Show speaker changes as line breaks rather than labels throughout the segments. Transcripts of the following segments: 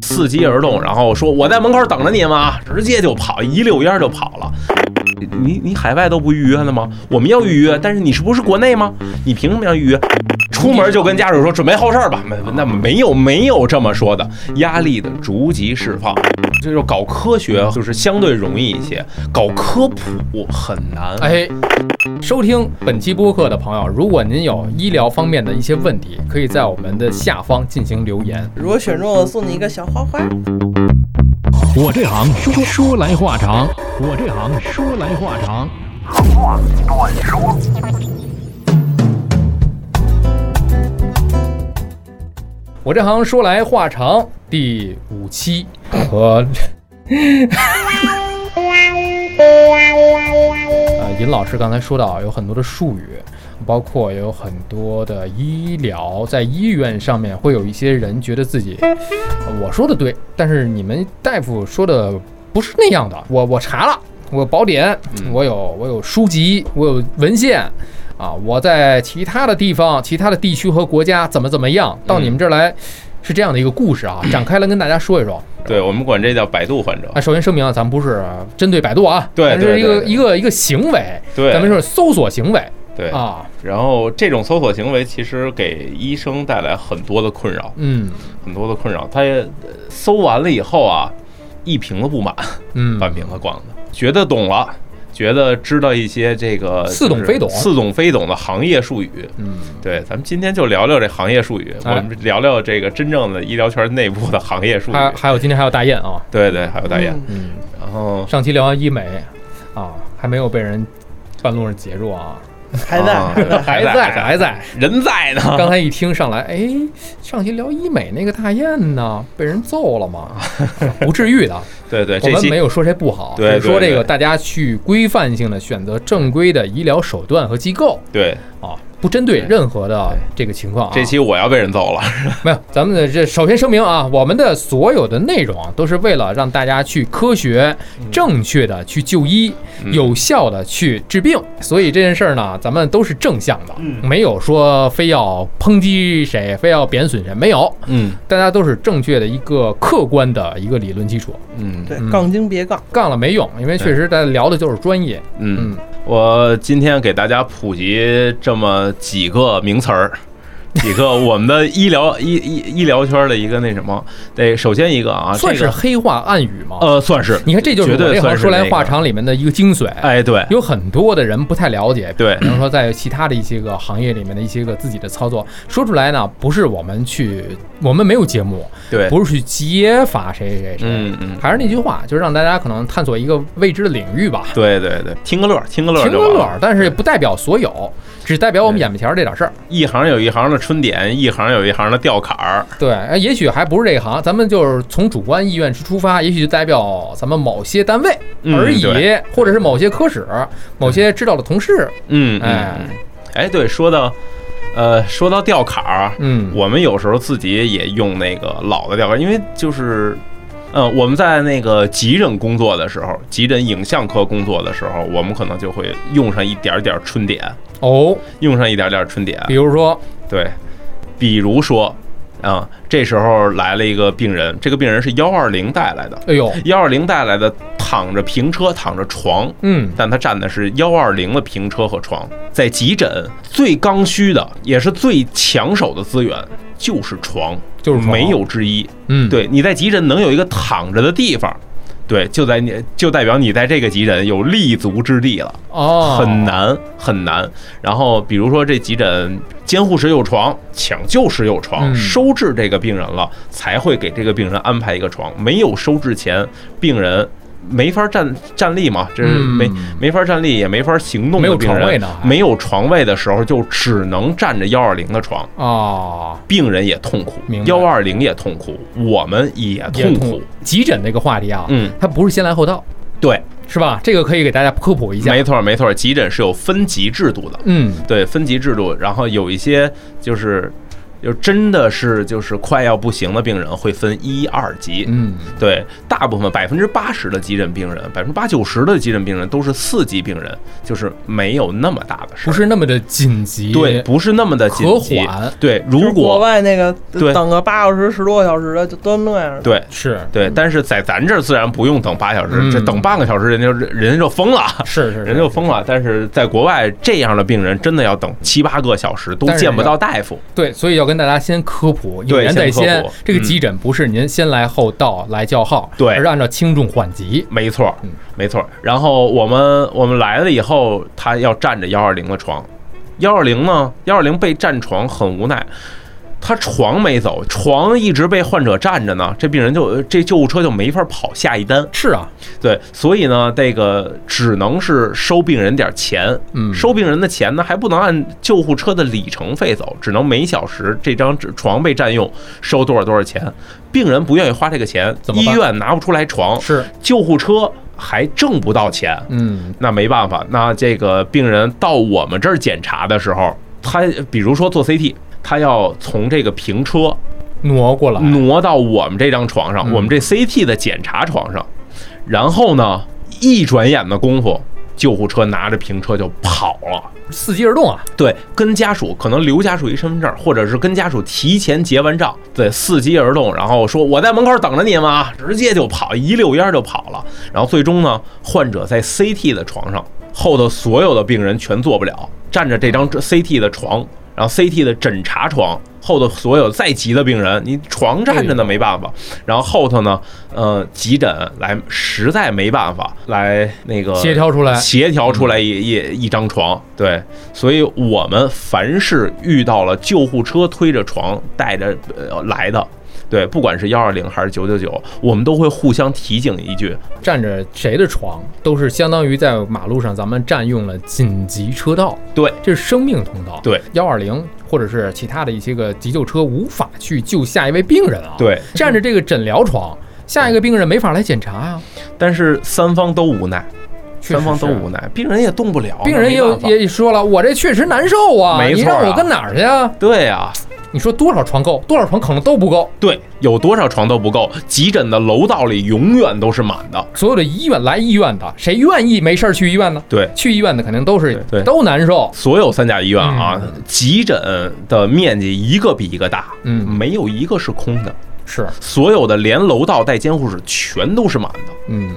伺机而动，然后说我在门口等着你们啊，直接就跑，一溜烟就跑了。你你海外都不预约了吗？我们要预约，但是你是不是国内吗？你凭什么要预约？出门就跟家属说准备后事儿吧，没那没有没有这么说的，压力的逐级释放，这就搞科学就是相对容易一些，搞科普很难。
哎，收听本期播客的朋友，如果您有医疗方面的一些问题，可以在我们的下方进行留言。
如果选中了，送你一个小花花。
我这行说说来话长，我这行说来话长。
我这行说来话长，第五期和呃尹老师刚才说到有很多的术语，包括也有很多的医疗，在医院上面会有一些人觉得自己、呃我说的对，但是你们大夫说的不是那样的。我我查了，我有宝典，
嗯
我有我有书籍，我有文献。啊，我在其他的地方、其他的地区和国家怎么怎么样，到
嗯
你们这儿来，是这样的一个故事啊，展开来跟大家说一说。
对我们管这叫百度患者
啊，，首先声明啊，咱们不是针对百度啊，
对
咱是
对
一个
对对
一个一个行为，
对，
咱们是搜索行为
对
啊，
然后这种搜索行为其实给医生带来很多的困扰，
嗯
很多的困扰。他也呃搜完了以后啊，一瓶子不满，
嗯，
半瓶子逛的，觉得懂了。觉得知道一些这个
似懂非懂
就是似懂非懂的行业术语，
嗯，
对，咱们今天就聊聊这行业术语，我
哎
们聊聊这个真正的医疗圈内部的行业术语。
还还有今天还有大雁啊，
对对，还有大雁，
嗯，
然后
上期聊完医美啊，还没有被人半路上截住啊，
还在、
啊对 还
在
在
还在，
人在呢，
刚才一听上来，哎，上期聊医美那个大雁呢，被人揍 了吗？不至于的，
对对，
我
这
们
期
没有说谁不好，
对
只是说
对
这个
对
大家去规范性的选择正规的医疗手段和机构
对
啊，不针对
对
任何的这个情况啊。
这期我要被人揍了，
没有，咱们的这首先声明啊，我们的所有的内容啊，都是为了让大家去科学、正确的去就医，
嗯
有效的去治病。所以这件事儿呢，咱们都是正向的，
嗯
没有说非要抨击谁，非要贬损谁，没有，
嗯
大家都是正确的一个客观的一个理论基础。
嗯
对
嗯，
杠精别杠。
杠了没用，因为确实大家聊的就是专业。
嗯
嗯，
我今天给大家普及这么几个名词儿，几个我们的医疗医医医疗圈的一个那什么，得首先一个啊，
嗯算
这
是
个
黑话暗语嘛。
呃，算是，
你看，这就是我
绝对
这行
算是
说来
那个
话长里面的一个精髓。
哎，对
有很多的人不太了解，
对
比方说在其他的一些个行业里面的一些个自己的操作，说出来呢，不是我们去，我们没有节目，
对，
不是去揭发谁谁谁，
嗯嗯，
还是那句话，就是让大家可能探索一个未知的领域吧，
对对对，听个乐儿，听个乐儿
听
就
个
完了
乐儿，但是也不代表所有，只代表我们眼前儿这点事儿。
一行有一行的春点，一行有一行的吊坎儿，
对，哎也许还不是这一行，咱们就是从主观意愿去出发，也许就代表咱们某些单位
嗯
而已，
对
或者是某些科室、某些知道的同事，
嗯
哎
嗯，嗯哎，对，说到呃，说到吊坎儿，啊
嗯，
我们有时候自己也用那个老的吊杆，因为就是，呃，我们在那个急诊工作的时候，急诊影像科工作的时候，我们可能就会用上一点点春点，
哦，
用上一点点春点。
比如说，
对，比如说，啊、这时候来了一个病人，这个病人是幺二零带来的，
哎呦，
幺二零带来的躺着平车，躺着床。
嗯，
但他占的是幺二零的平车和床，在急诊最刚需的也是最抢手的资源就是床，
就是床
没，有之一。
嗯，，
对，你在急诊能有一个躺着的地方，对，就在你就代表你在这个急诊有立足之地了，
哦，
很，难很难。然后比如说这急诊监护室有床，抢救室有床，
嗯
收治这个病人了才会给这个病人安排一个床，没有收治前，病人没法站站立嘛，这是没。
嗯
没法站立，也没法行动
没有
的病人，
床位呢还
没有床位的时候，就只能站着幺二零的床。
哦，
病人也痛苦
明，白
幺二零也痛苦，我们也
也
痛苦。。
急诊这个话题啊，
嗯，
它不是先来后到，
对，
是吧？这个可以给大家科普一下，
没错没错，急诊是有分级制度的，
嗯，
对分级制度，然后有一些就是就真的是就是快要不行的病人会分一二级，
嗯，
对，大部分百分之八十的急诊病人，百分之八九十的急诊病人都是四级病人，就是没有那么大的事
不
儿，
是那么的紧急，
对，，不是那么的紧
可
急，
缓，
对，
就是
如
国
果
外那个呃
对
等个八小时、十多个小时的，就都那样。，
对。
是
对，但是在咱这儿自然不用等八小时，
嗯
这等半个小时人就人就疯了，
是是，
人就疯了。但是在国外，这样的病人真的要等七八个小时，都
但是
见不到大夫。
对，所以要跟大家先科普，有
对
言
先
在
科
先
普，
这个
嗯
急诊不是您先来后到来叫号，
对
而是按照轻重缓急。
没错
嗯，
没错。然后我们我们来了以后，他要占着幺二零的床，幺二零呢，幺二零被占床很无奈，他床没走，床一直被患者占着呢，这病人就这救护车就没法跑下一单，
是啊，
对，所以呢，这个只能是收病人点儿钱，
嗯，
收病人的钱呢，还不能按救护车的里程费走，只能每小时这张床被占用收多少多少钱。病人不愿意花这个钱
怎，么
医
办
院拿不出来床，
是，
救护车还挣不到钱，
嗯，
那没办法。那这个病人到我们这儿检查的时候，他比如说做 CT，他要从这个平车
挪过来，
挪到我们这张床上，
嗯
我们这 CT 的检查床上，然后呢，一转眼的功夫，救护车拿着平车就跑了。
伺机而动啊，
对，跟家属可能留家属一身份证，或者是跟家属提前结完账，对，伺机而动，然后说我在门口等着你们啊， 直接就跑，一溜烟儿就跑了。然后最终呢，患者在 CT 的床上，后头所有的病人全坐不了，占着这张 CT 的床，然后 CT 的诊查床。后头所有再急的病人，你床占着呢，没办法。然后后头呢，呃，急诊来实在没办法来那个
协调出来，
呃
嗯
协调出来一一一张床。对，所以我们凡是遇到了救护车推着床带着呃来的。对，不管是幺二零还是九九九，我们都会互相提醒一句。
占着谁的床，都是相当于在马路上咱们占用了紧急车道，
对，
这是生命通道，
对，
幺二零或者是其他的一些个急救车无法去救下一位病人啊，，
对，
占着这个诊疗床，下一个病人没法来检查啊，
但是三方都无奈，
确实
三方都
是
无奈，病人也动不了，
病人也
那没
有
办法
也说了，我这确实难受啊，
没
你
错
让
啊
我跟哪儿去啊？
对啊，
你说多少床够，多少床可能都不够，
对，有多少床都不够，急诊的楼道里永远都是满的。
所有的医院来医院的，谁愿意没事儿去医院呢？
对，
去医院的肯定都是
对对
都难受，
所有三甲医院啊，急诊的面积一个比一个大，
嗯
没有一个是空的，
是，
所有的连楼道带监护室全都是满的。
嗯，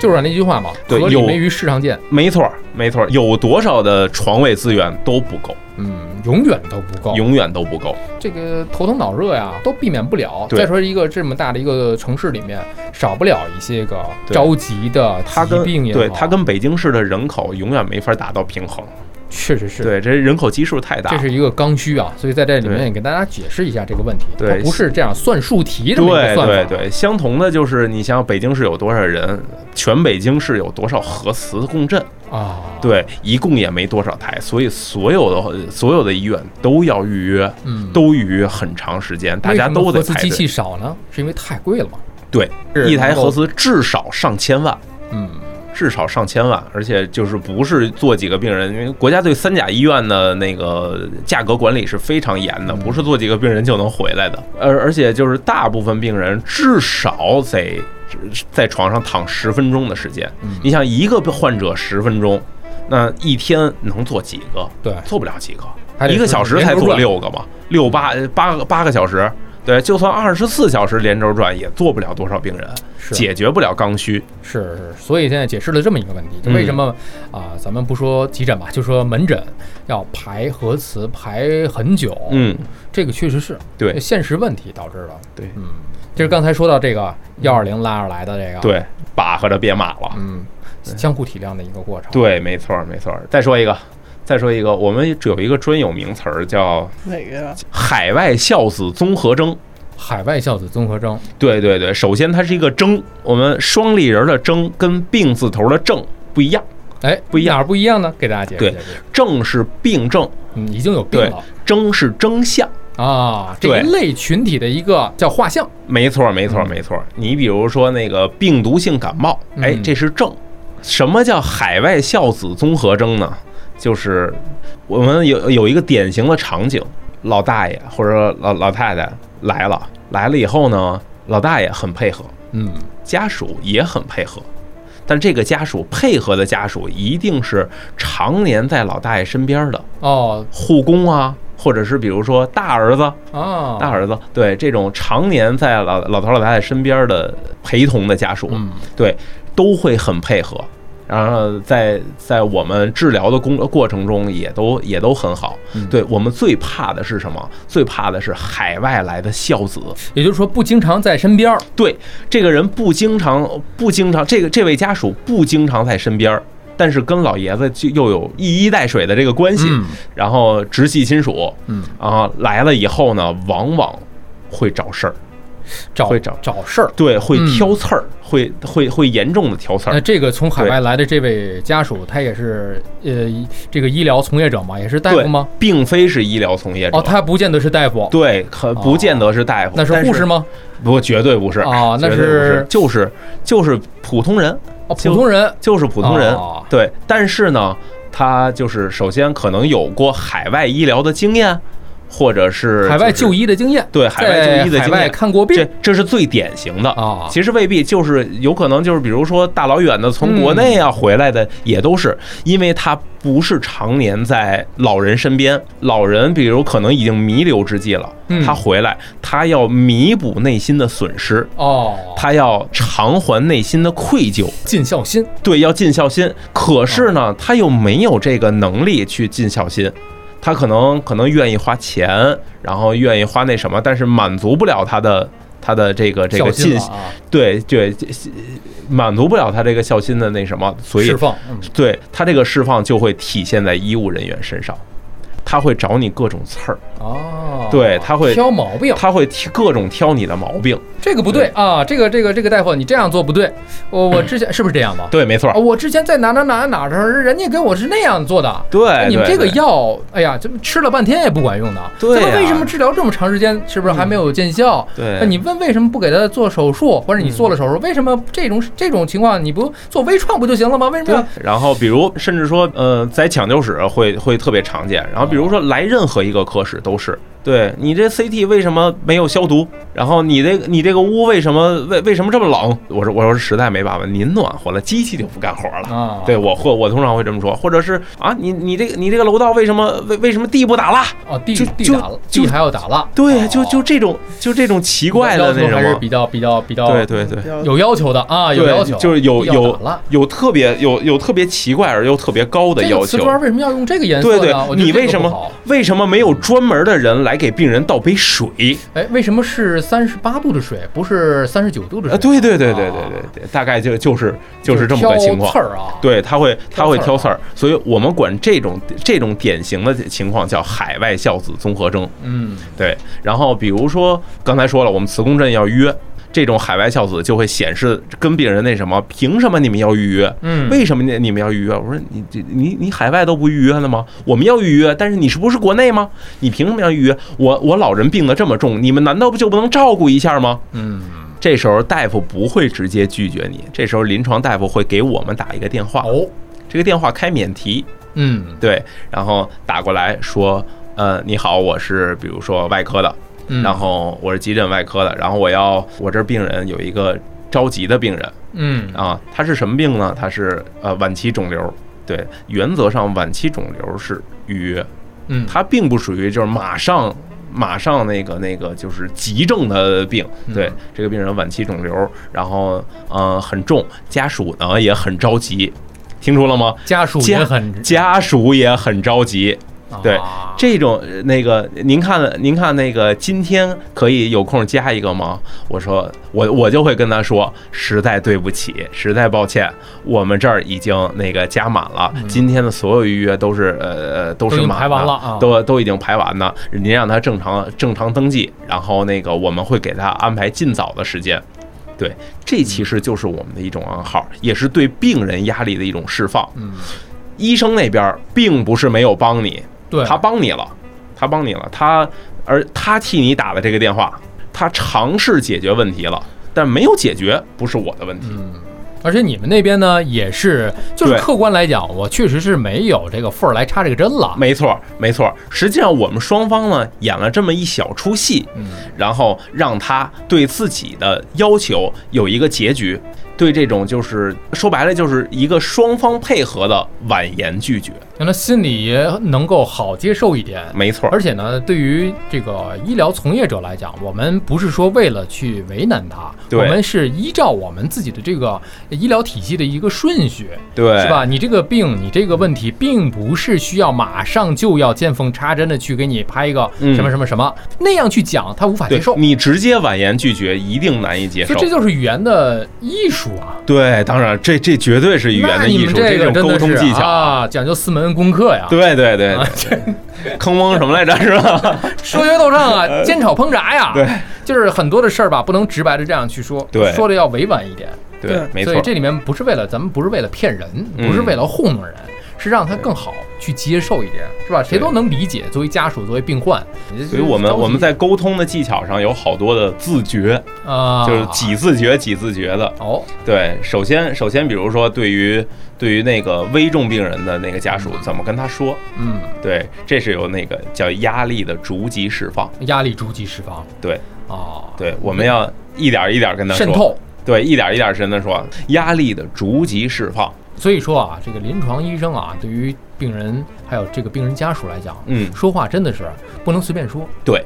就是那句话嘛，
对
合理
有
没于市上见，
没错儿，没错儿，有多少的床位资源都不够，
嗯，永远都不够。
永远都不够。
这个头疼脑热呀，都避免不了。
对
再说一个这么大的一个城市里面，少不了一些个
对
着急的
它
疾
跟
病也好，
对它跟北京市的人口永远没法达到平衡。
确实是。
对，这人口基数太大
这
了。
是一个刚需啊，所以在这里面
对
也跟大家解释一下这个问题，
对
它不是这样算术题这么一
对
个算法
对
啊，
对，相同的就是，你想想北京市有多少人，全北京市有多少核磁共振，
啊，，
对，一共也没多少台，所以所有的所有的医院都要预约，
嗯，
都预约很长时间，大家都
为什么
得
核磁
排
机
队。
器少呢，是因为太贵了嘛，
对，
是
一台
能
核，
够
磁至少上千万。
嗯，
至少上千万，而且就是不是做几个病人，因为国家对三甲医院的那个价格管理是非常严的，不是做几个病人就能回来的。而而且就是大部分病人至少得在床上躺十分钟的时间
嗯，
你想一个患者十分钟，那一天能做几个？
对，
做不了几个，
还得
一个小时才
连轴
做
转
六个嘛，六八呃八个八个小时，对，就算二十四小时连轴转也做不了多少病人，
是
解决不了刚需。
是是，所以现在解释了这么一个问题，就为什么
嗯
啊、咱们不说急诊吧，就说门诊要排核磁排很久，，
嗯，
这个确实是
对
现实问题导致的，
对
嗯，就是刚才说到这个幺二零拉着来的这个，，
嗯对，把和着别马了。
嗯，相互体谅的一个过程，，
对，没错儿，没错儿。再说一个，再说一个，我们有一个专有名词儿叫
哪个呀？
海外孝子综合征。
海外孝子综合征，
对对对，首先它是一个征，我们双立人儿的征跟病字头儿的症不一样，
哎，
不一样
哪儿不一样呢？给大家解释
对
解释，
症是病症，
嗯，已经有病
对
了，
征是征象。
啊，这一
对
类群体的一个叫画像，
没错儿，没错儿，没错儿。你比如说那个病毒性感冒，哎，
嗯
这是症。什么叫海外孝子综合征呢？就是我们有有一个典型的场景，老大爷或者老老太太来了，来了以后呢，老大爷很配合，
嗯，
家属也很配合，但这个家属配合的家属一定是常年在老大爷身边的
哦
护工啊，或者是比如说大儿子、
啊，
大儿子，对这种常年在老老头老太太身边的陪同的家属，
嗯
对，都会很配合。然后在在我们治疗的工过程中，也都也都很好。
嗯
对我们最怕的是什么？最怕的是海外来的孝子。
也就是说不经常在身边儿，
对，这个人不经常不经常，这个这位家属不经常在身边儿，但是跟老爷子就又有一衣带水的这个关系。
嗯
然后直系亲属
嗯，
啊来了以后呢，往往会找事儿，
找
会找
找事儿。
对，会
嗯
挑刺儿，会会会严重的挑刺
那
儿。
这个从海
对
外来的这位家属，他也是呃这个医疗从业者嘛，也是大夫
对
吗？
并非是医疗从业者，
哦，他不见得是大夫，
对，可不见得是大夫，
那是
但
护士？吗？
不，绝对不是
哦那
绝对不
是
是就是就是普通人，
哦，
就
普通人，
就是普通人。
哦
对，但是呢，他就是首先可能有过海外医疗的经验，或者是
海外
就是
就医的经验，
对海外就医的
在海
经
外
验，
看过病
这这是最典型的。
啊，
其实未必，就是有可能就是，比如说大老远的从国内
嗯
啊回来的，也都是因为他不是常年在老人身边，老人比如可能已经弥留之际了
嗯，
他回来，他要弥补内心的损失，
哦，
他要偿还内心的愧疚，
尽孝心，
对，要尽孝心。可是
嗯
呢，他又没有这个能力去尽孝心，他可能可能愿意花钱，然后愿意花那什么，但是满足不了他的他的这个这
孝
个
心
尽
了啊，
对对，满足不了他这个孝心的那什么，所以
释放，嗯
对他这个释放就会体现在医务人员身上，他会找你各种刺儿，
哦，
对他会
挑毛病，
他会挑各种挑你的毛病。
这个不对啊，这个这个这个大夫，你这样做不对。我我 之前是不是这样吧？
对，没错
啊，，我之前在哪哪哪哪的时候，人家跟我是那样做的。
对，
哎你们
对
这个
对
药，哎呀，这么吃了半天也不管用的。
对
咱们为
呀嗯
什么治疗这么长时间，是不是还没有见效？
对嗯
哎那你问为什么不给他做手术，或者你做了手术，为什么这种这种情况你不做微创不就行了吗？为什么
对
要？
然后比如甚至说，呃，在抢救室会会特别常见。然后比如说来任何一个科室都是，对你这 CT 为什么没有消毒？然后你这你这个屋为什么为为什么这么冷？我说我说实在没办法，您暖和了，机器就不干活了。
啊
对我或我通常会这么说，或者是啊，你你这个你这个楼道为什么为为什么地不打蜡？
哦，地
就
地
就
打了，
就
地还要打蜡。
对，
哦
就就这种就这种奇怪的那
要求还是
种
比，较比较比较
对对对。
比较
有要求的啊，有
对
要求，
就是有
要
有
打蜡。
有特别有有特别奇怪而又特别高的
这
要
个瓷
求。
砖为什么要用这个颜色
对
呢？
对
我，觉得
你
这
为
个
什
不
么
好
为什么没有专门的人来给病人倒杯水？
哎，为什么是三十八度的水，不是三十九度的水？
啊， 对对对对对
啊
对对，大概就就是就
就是
这么个情
挑
况
刺。儿啊，，
对，他会他会
挑
挑
刺
刺
儿
儿，
啊
所以我们管这种这种典型的情况叫海外孝子综合征。
嗯，
对，然后比如说刚才说了，我们磁共振要约。这种海外孝子就会显示跟病人那什么，凭什么你们要预约？
嗯
为什么你你们要预约？我说你这你你海外都不预约了吗？我们要预约，但是你是不是国内吗？你凭什么要预约？我我老人病得这么重，你们难道不就不能照顾一下吗？
嗯，
这时候大夫不会直接拒绝你，这时候临床大夫会给我们打一个电话，
哦，
这个电话开免提，
嗯
对，然后打过来说，呃，你好，我是比如说外科的，
嗯，
然后我是急诊外科的，然后我要我这儿病人有一个着急的病人
嗯
啊，他是什么病呢？他是呃晚期肿瘤。对，原则上晚期肿瘤是预约，
嗯，
它并不属于就是马上 马上那个那个就是急症的病。对
嗯，
这个病人晚期肿瘤，然后呃很重，家属呢也很着急，听说了吗？
家属也
家
很
家属也很着急，对
啊
这种呃那个，您看，您看那个，今天可以有空加一个吗？我说，我我就会跟他说，实在对不起，实在抱歉，我们这儿已经那个加满了，今天的所有预约都是呃呃都
嗯都已
是
经
满
排完
的
了啊
都都已经排完了。您让他正常正常登记，然后那个我们会给他安排尽早的时间。对，这其实就是我们的一种暗号，也是对病人压力的一种释放。
嗯，
医生那边儿并不是没有帮你，
对，
他帮你了，他帮你了，他而他替你打的这个电话，他尝试解决问题了，但没有解决，不是我的问题。
嗯，而且你们那边呢，也是，就是
对
客观来讲，我确实是没有这个缝儿来插这个针了。
没错，没错。实际上，我们双方呢演了这么一小出戏，
嗯，
然后让他对自己的要求有一个结局。对这种就是说白了，就是一个双方配合的婉言拒绝。
让他心里也能够好接受一点。
没错，
而且呢，对于这个医疗从业者来讲，我们不是说为了去为难他，
对
我们是依照我们自己的这个医疗体系的一个顺序，
对，
是？吧？你这个病，你这个问题，并不是需要马上就要见缝插针的去给你拍一个
嗯
什么什么什么、那样去讲，他无法接
对
受，。
你直接婉言拒绝，一定难以接
所
受
以。这就是语言的艺术啊，
对，当然，这这绝对是语言
那
的
你
艺
们
术，
这
这
个
种
真
沟
的
通
是
技巧。
啊，讲究四门功课呀，
对对对， 对坑蒙什么来着？是吧？
说学逗唱 啊，煎炒烹炸呀，
呃对，
就是很多的事儿吧，不能直白的这样去说，
对
说的要委婉一点。
对
对，
没
所以
错。
这里面不是为了咱们不是为了骗人，
嗯
不是为了糊弄人，是让他更好去接受一点，是吧？谁都能理解，作为家属，作为病患，
所以我们
着急
我们在沟通的技巧上有好多的自觉，
啊，
就是几自觉几自觉的。
哦，
对，首先首先，比如说对于对于那个危重病人的那个家属，怎么跟他说？
嗯，
对，这是有那个叫压力的逐级释放。
压力逐级释放，
对
啊，
对，我们要一点儿一点儿跟他说，
渗透。
对，一点儿一点儿跟他说，压力的逐级释放。
所以说啊，这个临床医生啊，对于病人还有这个病人家属来讲，
嗯，
说话真的是不能随便说，
对，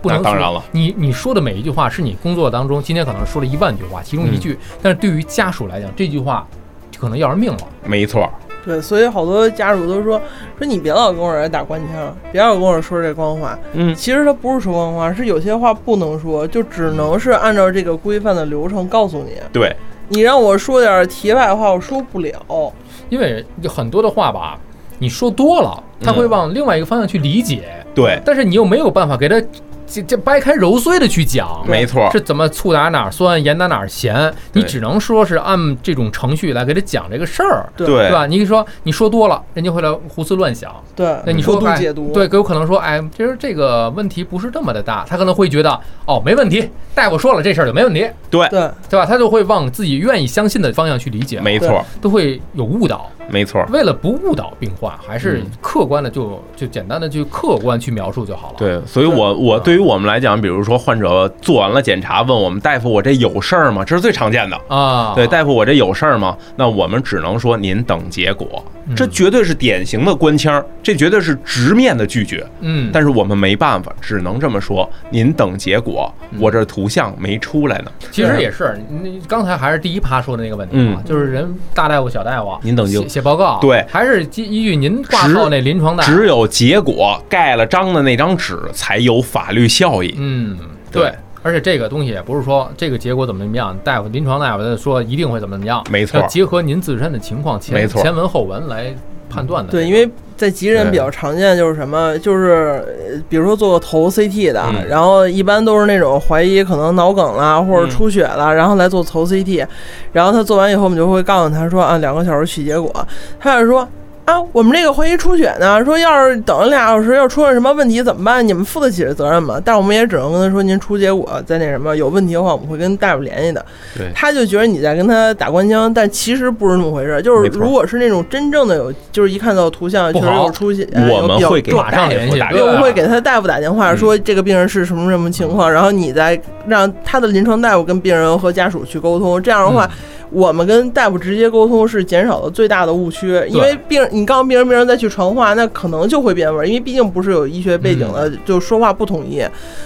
不能
那当
随
然了。
你你说的每一句话是你工作当中今天可能说了一万句话，其中
嗯
一句，但是对于家属来讲，这句话就可能要人命了。
没错儿，
对，所以好多家属都说说你别老跟我这儿打官腔，别老跟我说这官话。
嗯，
其实他不是说官话，是有些话不能说，就只能是按照这个规范的流程告诉你。
对，
你让我说点题外话，我说不了。
因为有很多的话吧，你说多了，他会往另外一个方向去理解，
嗯对，
但是你又没有办法给他这这掰开揉碎的去讲，
没错儿，
是怎么醋打哪儿酸，盐打哪儿咸，你
对
只能说是按这种程序来给他讲这个事儿，
对
对
对吧？你说你说多了，人家会来胡思乱想。
对，
那你说
过度
哎
解读，
对，有可能说，哎，其实这个问题不是那么的大，他可能会觉得，哦，没问题，大夫说了这事儿就没问题，
对，
对
对吧？他就会往自己愿意相信的方向去理解，
没错儿，
都会有误导。
没错儿。
为了不误导病患，还是
嗯
客观的就就简单的去客观去描述就好了。，
对，所以我我对于我们来讲，比如说患者做完了检查，问我们大夫，我这有事儿吗？这是最常见的。
啊，
对，大夫，我这有事儿吗？那我们只能说您等结果，这
嗯
绝对是典型的官腔儿，这绝对是直面的拒绝。
嗯，
但是我们没办法，只能这么说。您等结果，我这图像没出来呢。
嗯其实也是，你刚才还是第一趴说的那个问题啊，
嗯
就是人大大夫、小大夫啊，
您等就
写写报告，
对
还是基依据您挂
只
号那临床大夫
只有结果盖了章的那张纸才有法律效益。
嗯，
对
对，而且这个东西也不是说这个结果怎么怎么样，大夫临床大夫说一定会怎么怎么样，
没错
要结合您自身的情况前
没错
前文后文来判断的。
对，因为在急诊比较常见就是什么，就是呃比如说做个头 CT 的，
嗯
然后一般都是那种怀疑可能脑梗啦或者
嗯
出血了，然后来做头 CT，然后他做完以后，我们就会告诉他说啊，两个小时取结果，他就说。啊，我们这个怀疑出血呢，说要是等了俩小时，要出了什么问题怎么办？你们负得起这责任吗？但我们也只能跟他说，您出结果再那什么，有问题的话我们会跟大夫联系的。
对
他就觉得你在跟他打官腔，但其实不是那么回事儿。就是
没错
如果是那种真正的有，就是一看到图像
不
确
好
实有出血，呃
我们
有
会
比
给
马上
大夫
联系
打
对
电
较
话
我们会给他大夫打电话
嗯
说这个病人是什么什么情况，然后你再让他的临床大夫跟病人和家属去沟通。这样的
嗯
话，我们跟大夫直接沟通是减少了最大的误区，因为病你告诉病人，病人再去传话，那可能就会变味儿，因为毕竟不是有医学背景的，
嗯
就说话不统一。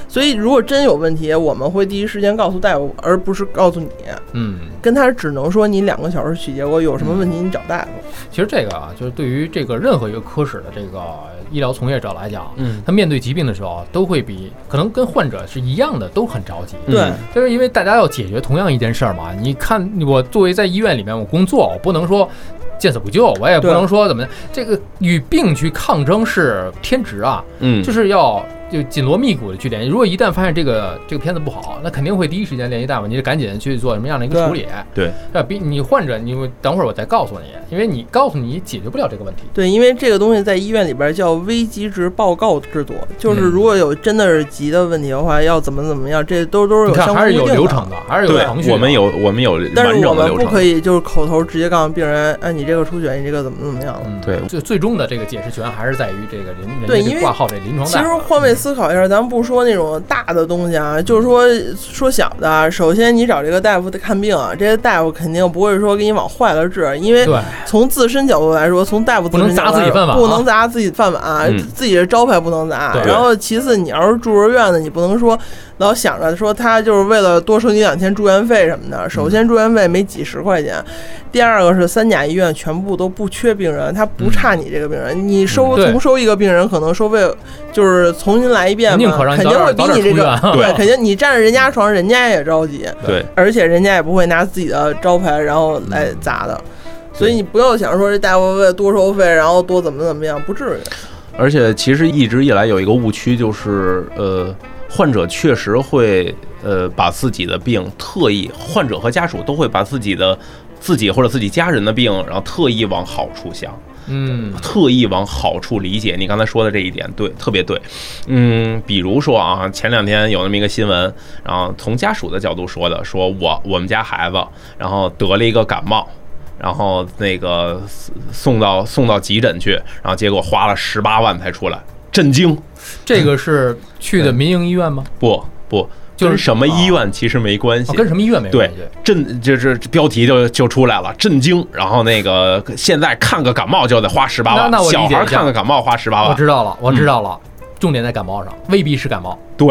所以如果真有问题，我们会第一时间告诉大夫，而不是告诉你。
嗯，
跟他只能说你两个小时取结果，有
嗯
什么问题你找大夫。
其实这个啊，就是对于这个任何一个科室的这个医疗从业者来讲，
嗯，
他面对疾病的时候，啊都会比可能跟患者是一样的，都很着急。
嗯
对
就是因为大家要解决同样一件事儿嘛。你看，我作为在医院里面我工作，我不能说见死不救，我也不
对
能说怎么这个与病去抗争是天职啊，
嗯，
就是是要就紧锣密鼓的去联系。如果一旦发现这个这个片子不好，那肯定会第一时间联系大夫，你就赶紧去做什么样的一个处理。
对对
对吧，比你患者，你等会儿我再告诉你，因为你告诉你解决不了这个问题。
对，因为这个东西在医院里边叫危急值报告制度，就是
嗯
如果有真的是急的问题的话，要怎么怎么样，这都都是
你
有相
看，
关
还是有
规定
流
的
程的，还是有
对
程序，的。
我们有我们有完
但是我
整的
们
流
不
程
可。以就是口头直接告诉病人，哎，你这个出血，你这个怎么怎么样了。
嗯，
对
最最终的这个解释权还是在于这个人人
对
家
因
这
为
挂号这临床
其
大
实
夫
换位思考一下，咱们不说那种大的东西啊，就是说说小的啊。首先，你找这个大夫看病啊，这些大夫肯定不会说给你往坏了治，因为
对
从自身角度来说，从大夫自
哎不能
身角度
砸自己
来说
饭碗啊
不能砸自己饭碗啊，
嗯
自己的招牌不能砸
对。
然后其次，你要是住着院的，你不能说老想着说他就是为了多收你两天住院费什么的。首
嗯
先，住院费没几十块钱，第二个是三甲医院全部都不缺病人，他不差你这个病人。你收
嗯对
重收一个病人，可能收费就是重新来一遍
宁
嘛
可让，你
肯
早
定会
点
比
早
你
点
这
出
个
院。
对
肯定你占着人家床，人家也着急。
对，
而且人家也不会拿自己的招牌然后来砸的，所以你不要想说这大夫为了多收费，然后多怎么怎么样，不至于。
而且其实一直以来有一个误区，就是呃，患者确实会呃把自己的病特意，患者和家属都会把自己的自己或者自己家人的病，然后特意往好处想。
嗯，
特意往好处理解。你刚才说的这一点对，特别对。嗯，比如说啊，前两天有那么一个新闻，然后从家属的角度说的，说我我们家孩子，然后得了一个感冒。然后那个送到送到急诊去，然后结果花了十八万才出来，震惊！
这个是去的民营医院吗？
不不，
就是
跟什么医院其实没关系，
哦，跟什么医院没
对
关系？，
震这这这标题就就出来了，震惊。然后那个现在看个感冒就得花十八万，
那那我理解
小
一下
孩看个感冒花十八
我
万，
知道了，我知道了，重点在感冒上，未必是感冒，
对，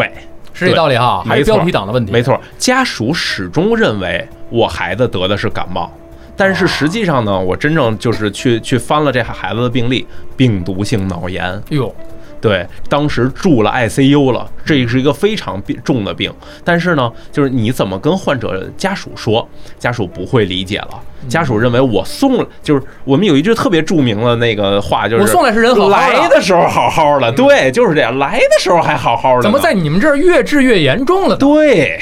是这
对
道理哈，啊还
没
是
错
标题党的问题？
没，错，家属始终认为我孩子得的是感冒，但
啊
是实际上呢，我真正就是去去翻了这孩子的病历，病毒性脑炎，
哎呦，
对，当时住了 ICU 了，这是一个非常病重的病。但是呢，就是你怎么跟患者家属说，家属不会理解了。
嗯
家属认为我送了，就是我们有一句特别著名的那个话，就是
我送来是人好好的嗯
来的时候好好的，对，就是这样，来的时候还好好的呢，
怎么在你们这儿越治越严重了呢？
对，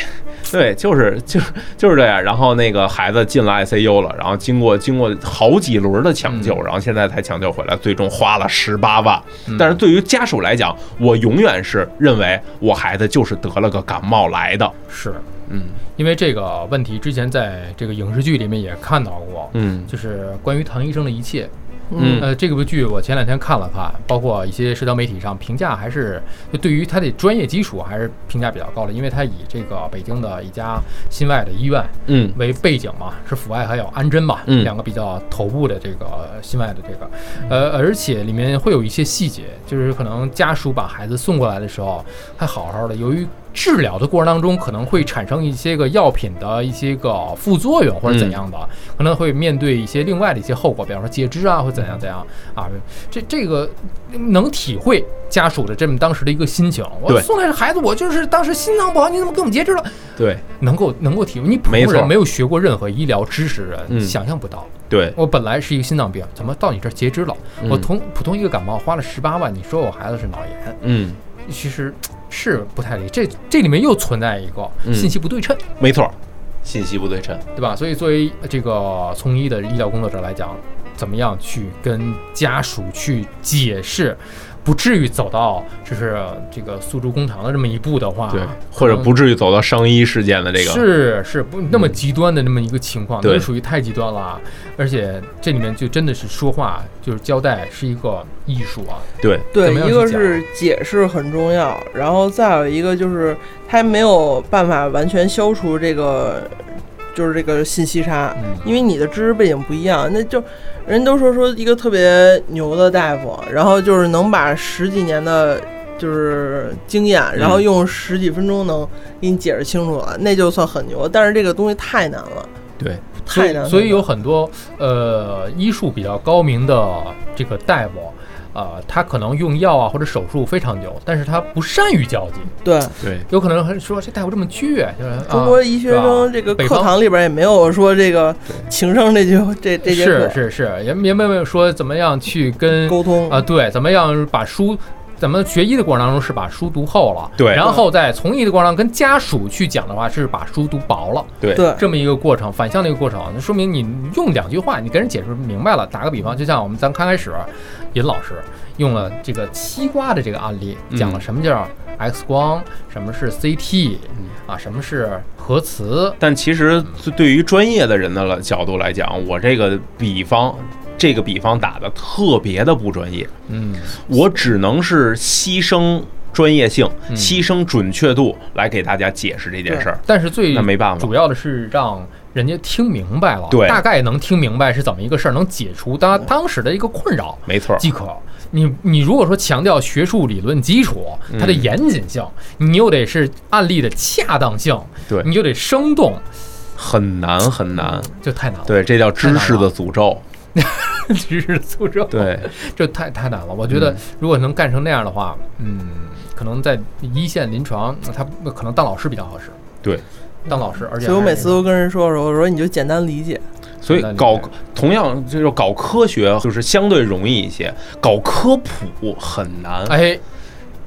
对，就是就是就是这样。然后那个孩子进了 ICU 了，然后经过经过好几轮的抢救，然后现在才抢救回来，最终花了十八万。
嗯
但是对于家属来讲，我永远是认为我孩子就是得了个感冒来的。
是
嗯
因为这个问题，之前在这个影视剧里面也看到过，
嗯
就是关于唐医生的一切，
嗯
呃，这部剧我前两天看了看，包括一些社交媒体上评价还是就对于它的专业基础还是评价比较高的，因为它以这个北京的一家心外的医院
嗯
为背景嘛，是阜外还有安贞嘛，
嗯
两个比较头部的这个心外的这个，呃，而且里面会有一些细节，就是可能家属把孩子送过来的时候还好好的，由于治疗的过程当中可能会产生一些个药品的一些个副作用或者怎样的，
嗯
可能会面对一些另外的一些后果，比方说截肢啊或怎样怎样啊，
嗯
这这个能体会家属的这么当时的一个心情。我
对
送来的孩子，我就是当时心脏不好，你怎么给我们截肢了？
对
能够能够体会，你普
没
通
错
人没有学过任何医疗知识的人，
嗯
想象不到。
对，
我本来是一个心脏病，怎么到你这儿截肢了？
嗯
我同普通一个感冒花了十八万，你说我孩子是脑炎，
嗯，
其实是不太理。这这里面又存在一个
嗯
信息不对称，
没错，信息不对称。
对吧？所以作为这个从医的医疗工作者来讲，怎么样去跟家属去解释，不至于走到就是这个诉诸公堂的这么一步的话，
对，或者
可能
不至于走到伤医事件的这个。
是是不那么极端的那么一个情况，
对
那就属于太极端了啊。而且这里面就真的是说话就是交代是一个艺术啊，
对，
对，
怎么样
一
去
个是解释很重要，然后再有一个就是他没有办法完全消除这个，就是这个信息差，
嗯
因为你的知识背景不一样，那就人都说说一个特别牛的大夫，然后就是能把十几年的。就是经验，然
嗯
后用十几分钟能给你解释清楚了，那就算很牛。但是这个东西太难了，
对，
所
太
以
难了。
所以有很多呃医术比较高明的这个大夫。呃，他可能用药啊或者手术非常牛，但是他不善于交际，
对，
对，
有可能还说这大夫这么倔，就是
中
啊
国医学
是吧
生这个
北
课
方
堂里边也没有说这个情商这句这这节
是
课
是是，也也没有说怎么样去跟
沟通
啊，对，怎么样把书咱们学医的过程当中是把书读厚了，
对
然后在从医的过程当中跟家属去讲的话是把书读薄了，
对
对
这么一个过程，反向的一个过程，那说明你用两句话，你跟人解释明白了。打个比方，就像我们咱刚开始，尹老师用了这个西瓜的这个案例，
嗯
讲了什么叫 X 光，什么是 CT，啊，
嗯
什么是核磁，
但其实对于专业的人的了角度来讲，我这个比方，这个比方打的特别的不专业，
嗯，
我只能是牺牲专业性、
嗯
牺牲准确度来给大家解释这件事儿。
但是最
那没办法
主要的是让人家听明白了，
对
大概能听明白是怎么一个事儿，能解除当当时的一个困扰
没错儿，
即可。你你如果说强调学术理论基础，
嗯
它的严谨性，你又得是案例的恰当性，
对
你就得生动，
很难很难。
就太难 了。，
对，这叫知识的诅咒。
知识诅咒，
对，嗯
这太太难了。我觉得如果能干成那样的话，嗯，可能在一线临床，他可能当老师比较合适。
对，
当老师，而且
所以我
还
每
是
次都跟人说说，我说你就简单理解，
所以
那你
搞
看
同样就是搞科学，就是相对容易一些，搞科普很难。
哎，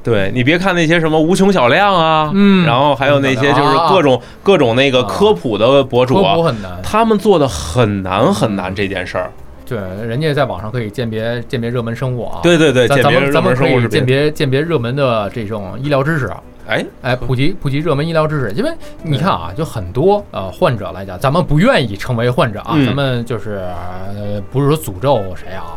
对你别看那些什么无穷小亮啊，
嗯
然后还有那些就是各种、各种那个科普的博主
科
啊，
普很难。
他们做的很难很难这件事儿。
对，人家在网上可以鉴别鉴别热门生物啊。
对对对，
咱，
鉴
咱
别
们
热
咱们
门
可
生物
以
是
鉴别鉴别热门的这种医疗知识啊，
哎，
哎，普及普及热门医疗知识。因为你看啊，就很多呃患者来讲，咱们不愿意成为患者啊，
嗯
咱们就是、呃、不是说诅咒谁啊，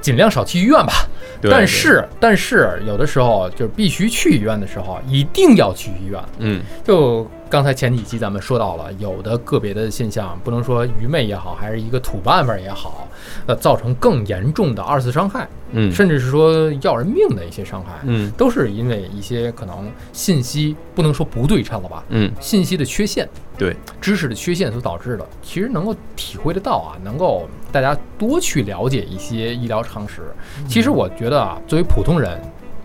尽量少去医院吧。
对
但是但是有的时候就是必须去医院的时候，一定要去医院。
嗯，
就刚才前几期咱们说到了，有的个别的现象，不能说愚昧也好，还是一个土办法也好，呃，造成更严重的二次伤害，
嗯
甚至是说要人命的一些伤害，
嗯
都是因为一些可能信息不能说不对称了吧，
嗯，
信息的缺陷、
对，
知识的缺陷所导致的。其实能够体会得到啊，能够大家多去了解一些医疗常识。
嗯
其实我觉得啊，作为普通人。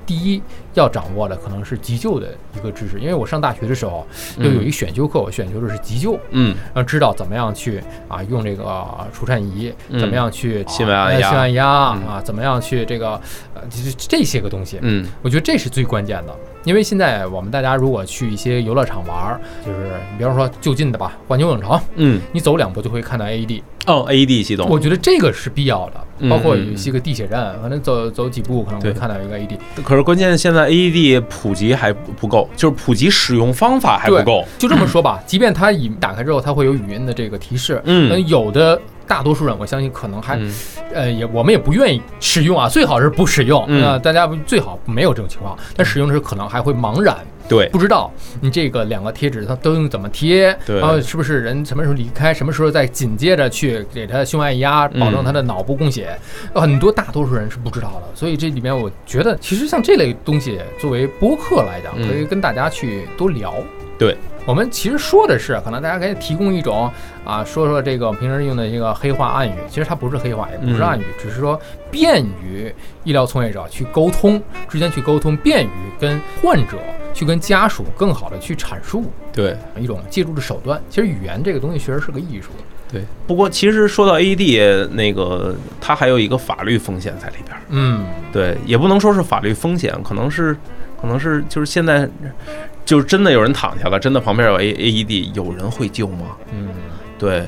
第一要掌握的可能是急救的一个知识，因为我上大学的时候就有一个选修课，我选修的是急救，
嗯
然后知道怎么样去啊用这个呃除颤仪，
嗯
怎么样去
心外按
呃
压
心外按压
嗯
啊，怎么样去这个呃这这些个东西，
嗯
我觉得这是最关键的，因为现在我们大家如果去一些游乐场玩儿，就是你比方说就近的吧，环球影城，
嗯，
你走两步就会看到 AED，
哦，AED 系统
我觉得这个是必要的。
嗯
包括有一些个地铁站，可能走走几步可能
对
会看到一个 E AED，
可是关键现在 AED 普及还不够，就是普及使用方法还不
对
够。
就这么说吧，即便它已打开之后，它会有语音的这个提示，
嗯
但有的。大多数人，我相信可能还，
嗯
呃，也我们也不愿意使用啊，最好是不使用。
嗯
那大家最好没有这种情况，但使用的时候可能还会茫然，
对，
不知道你这个两个贴纸它都用怎么贴，
对
然后是不是人什么时候离开，什么时候再紧接着去给他胸外压，保证他的脑部供血，很多大多数人是不知道的。所以这里面我觉得，其实像这类东西，作为播客来讲，
嗯
可以跟大家去多聊。
对，
我们其实说的是，可能大家可以提供一种啊，说说这个平时用的一个黑话暗语，其实它不是黑话，也不是暗语，只是说便于医疗从业者去沟通之间去沟通，便于跟患者去跟家属更好的去阐述
对。
一种借助的手段。其实语言这个东西确实是个艺术，
对，不过其实说到 AED 那个，它还有一个法律风险在里边儿。
嗯，
对，也不能说是法律风险，可能是，可能是就是现在，就是真的有人躺下了，真的旁边有 A AED，有人会救吗？
嗯，
对，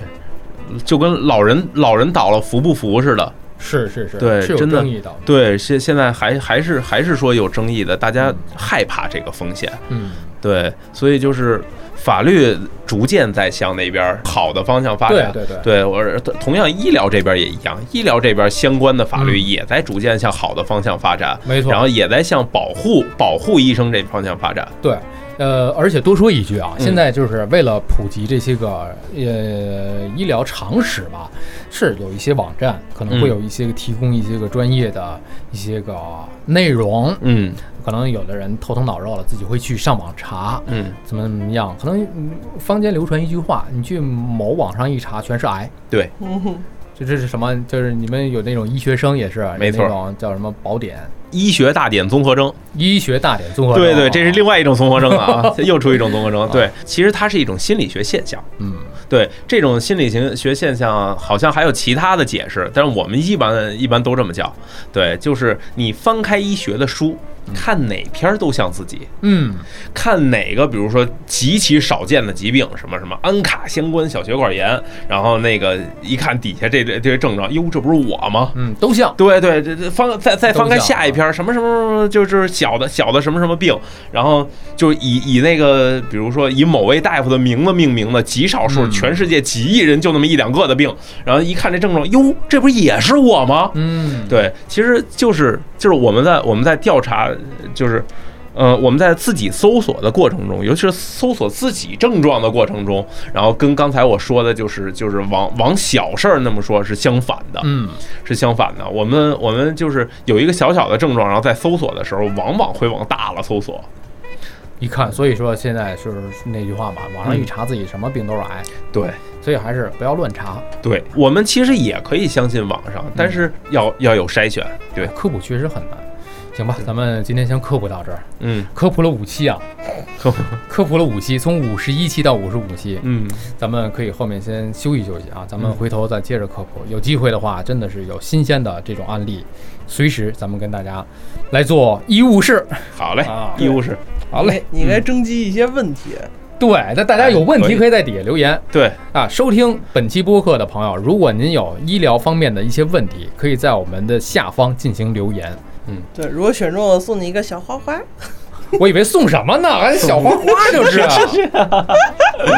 就跟老人老人倒了扶不扶似的。
是是是，
对
是有
真的
争议的，
对，现现在还还是还是说有争议的，大家害怕这个风险。
嗯，
对，所以就是法律逐渐在向那边儿好的方向发
对
展。
对对。
对，我是同样医疗这边也一样，医疗这边相关的法律也在逐渐向好的方向发展，
嗯没错
然后也在向保护保护医生这方向发展。
对，呃，而且多说一句啊，
嗯
现在就是为了普及这些个呃医疗常识吧，是有一些网站可能会
嗯
有一些个提供一些个专业的一些个内容，
嗯
可能有的人头疼脑热了，自己会去上网查。
嗯，
怎么怎么样？可能嗯坊间流传一句话，你去某网上一查，全是癌。
对，
嗯哼，
就这是什么？就是你们有那种医学生也是，有
没错
那种叫什么宝典
医学大典综合征，
医学大典综合症啊。
对对，这是另外一种综合征了 啊，又出一种综合征。对，其实它是一种心理学现象。
嗯，
对这种心理行学现象，好像还有其他的解释，但是我们一般一般都这么叫。对，就是你翻开医学的书，看哪篇都像自己，
嗯，
看哪个，比如说极其少见的疾病，什么什么安卡相关小血管炎，然后那个一看底下这这这些症状，哟，这不是我吗？
嗯，都像，
对对，这这翻再再翻开
都像啊
下一篇，什么什么什么，就是小的小的什么什么病，然后就以以那个，比如说以某位大夫的名字命名的，极少数，
嗯
全世界几亿人就那么一两个的病，然后一看这症状，哟，这不是也是我吗？
嗯，，
对，其实就是就是我们在我们在调查，就是。呃，我们在自己搜索的过程中，尤其是搜索自己症状的过程中，然后跟刚才我说的，就是就是往往小事儿那么说，是相反的。
嗯，
是相反的。我们我们就是有一个小小的症状，然后在搜索的时候，往往会往大了搜索。
一看，所以说现在就是那句话嘛，网上
嗯
一查自己什么病都是癌，
对，
所以还是不要乱查，
对我们其实也可以相信网上，但是要要有筛选。对，
科普确实很难。行吧，咱们今天先科普到这儿，
嗯
科普了五期啊，
科普
科普了五期，从五十一期到五十五期，
嗯，
咱们可以后面先休息休息啊，咱们回头再接着科普。有机会的话，真的是有新鲜的这种案例，随时咱们跟大家来做医务室。
好嘞
啊，
医务室，
好嘞，
你应该征集一些问题，
对，那大家有问
哎可
题
以
可以在底下留言
对，
啊。收听本期播客的朋友，如果您有医疗方面的一些问题，可以在我们的下方进行留言。
对，如果选中了，送你一个小花花。
我以为送什么呢？还小花花就是 啊，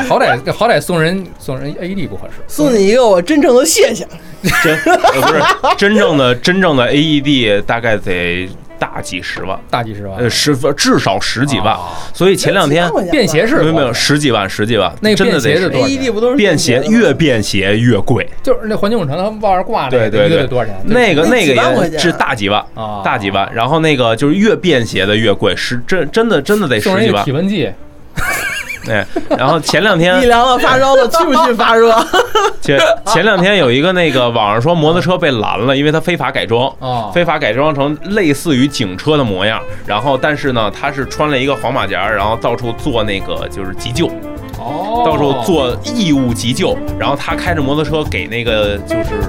好歹好歹送人送人 AED 不合适，
送你一个我真正的谢谢。
真呃不是真正的真正的 AED 大概得大几十万，
大几十万
呃，十至少十几万
啊，
所以前两天
几万块钱吧
便携式
没有没有
哇塞
十几万十几万，
那个
真的
便携
得
的多少
是
钱
AED E 不都是
便携越便携越贵，
就是那环球影城他们外边挂那
对
个，
对
一个
对
得多少钱？
那个
那
那
几万
个
块
也
钱
是大几万
啊
大几万。然后那个就是越便携的越贵，十真真的真的得
送
十
人
几
一个
万
体。温计，
哎，然后前两
你
天
凉了，发烧了，去不去发热？
前前两天有一个那个网上说摩托车被拦了，因为它非法改装。
啊
非法改装成类似于警车的模样，然后但是呢，他是穿了一个黄马甲，然后到处做那个就是急救，
哦，
到处做义务急救，然后他开着摩托车给那个就是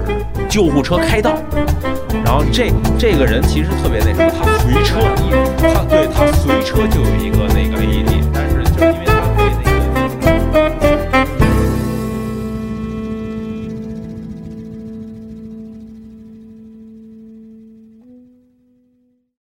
救护车开道，然后这这个人其实特别那什么，他随车，你他对他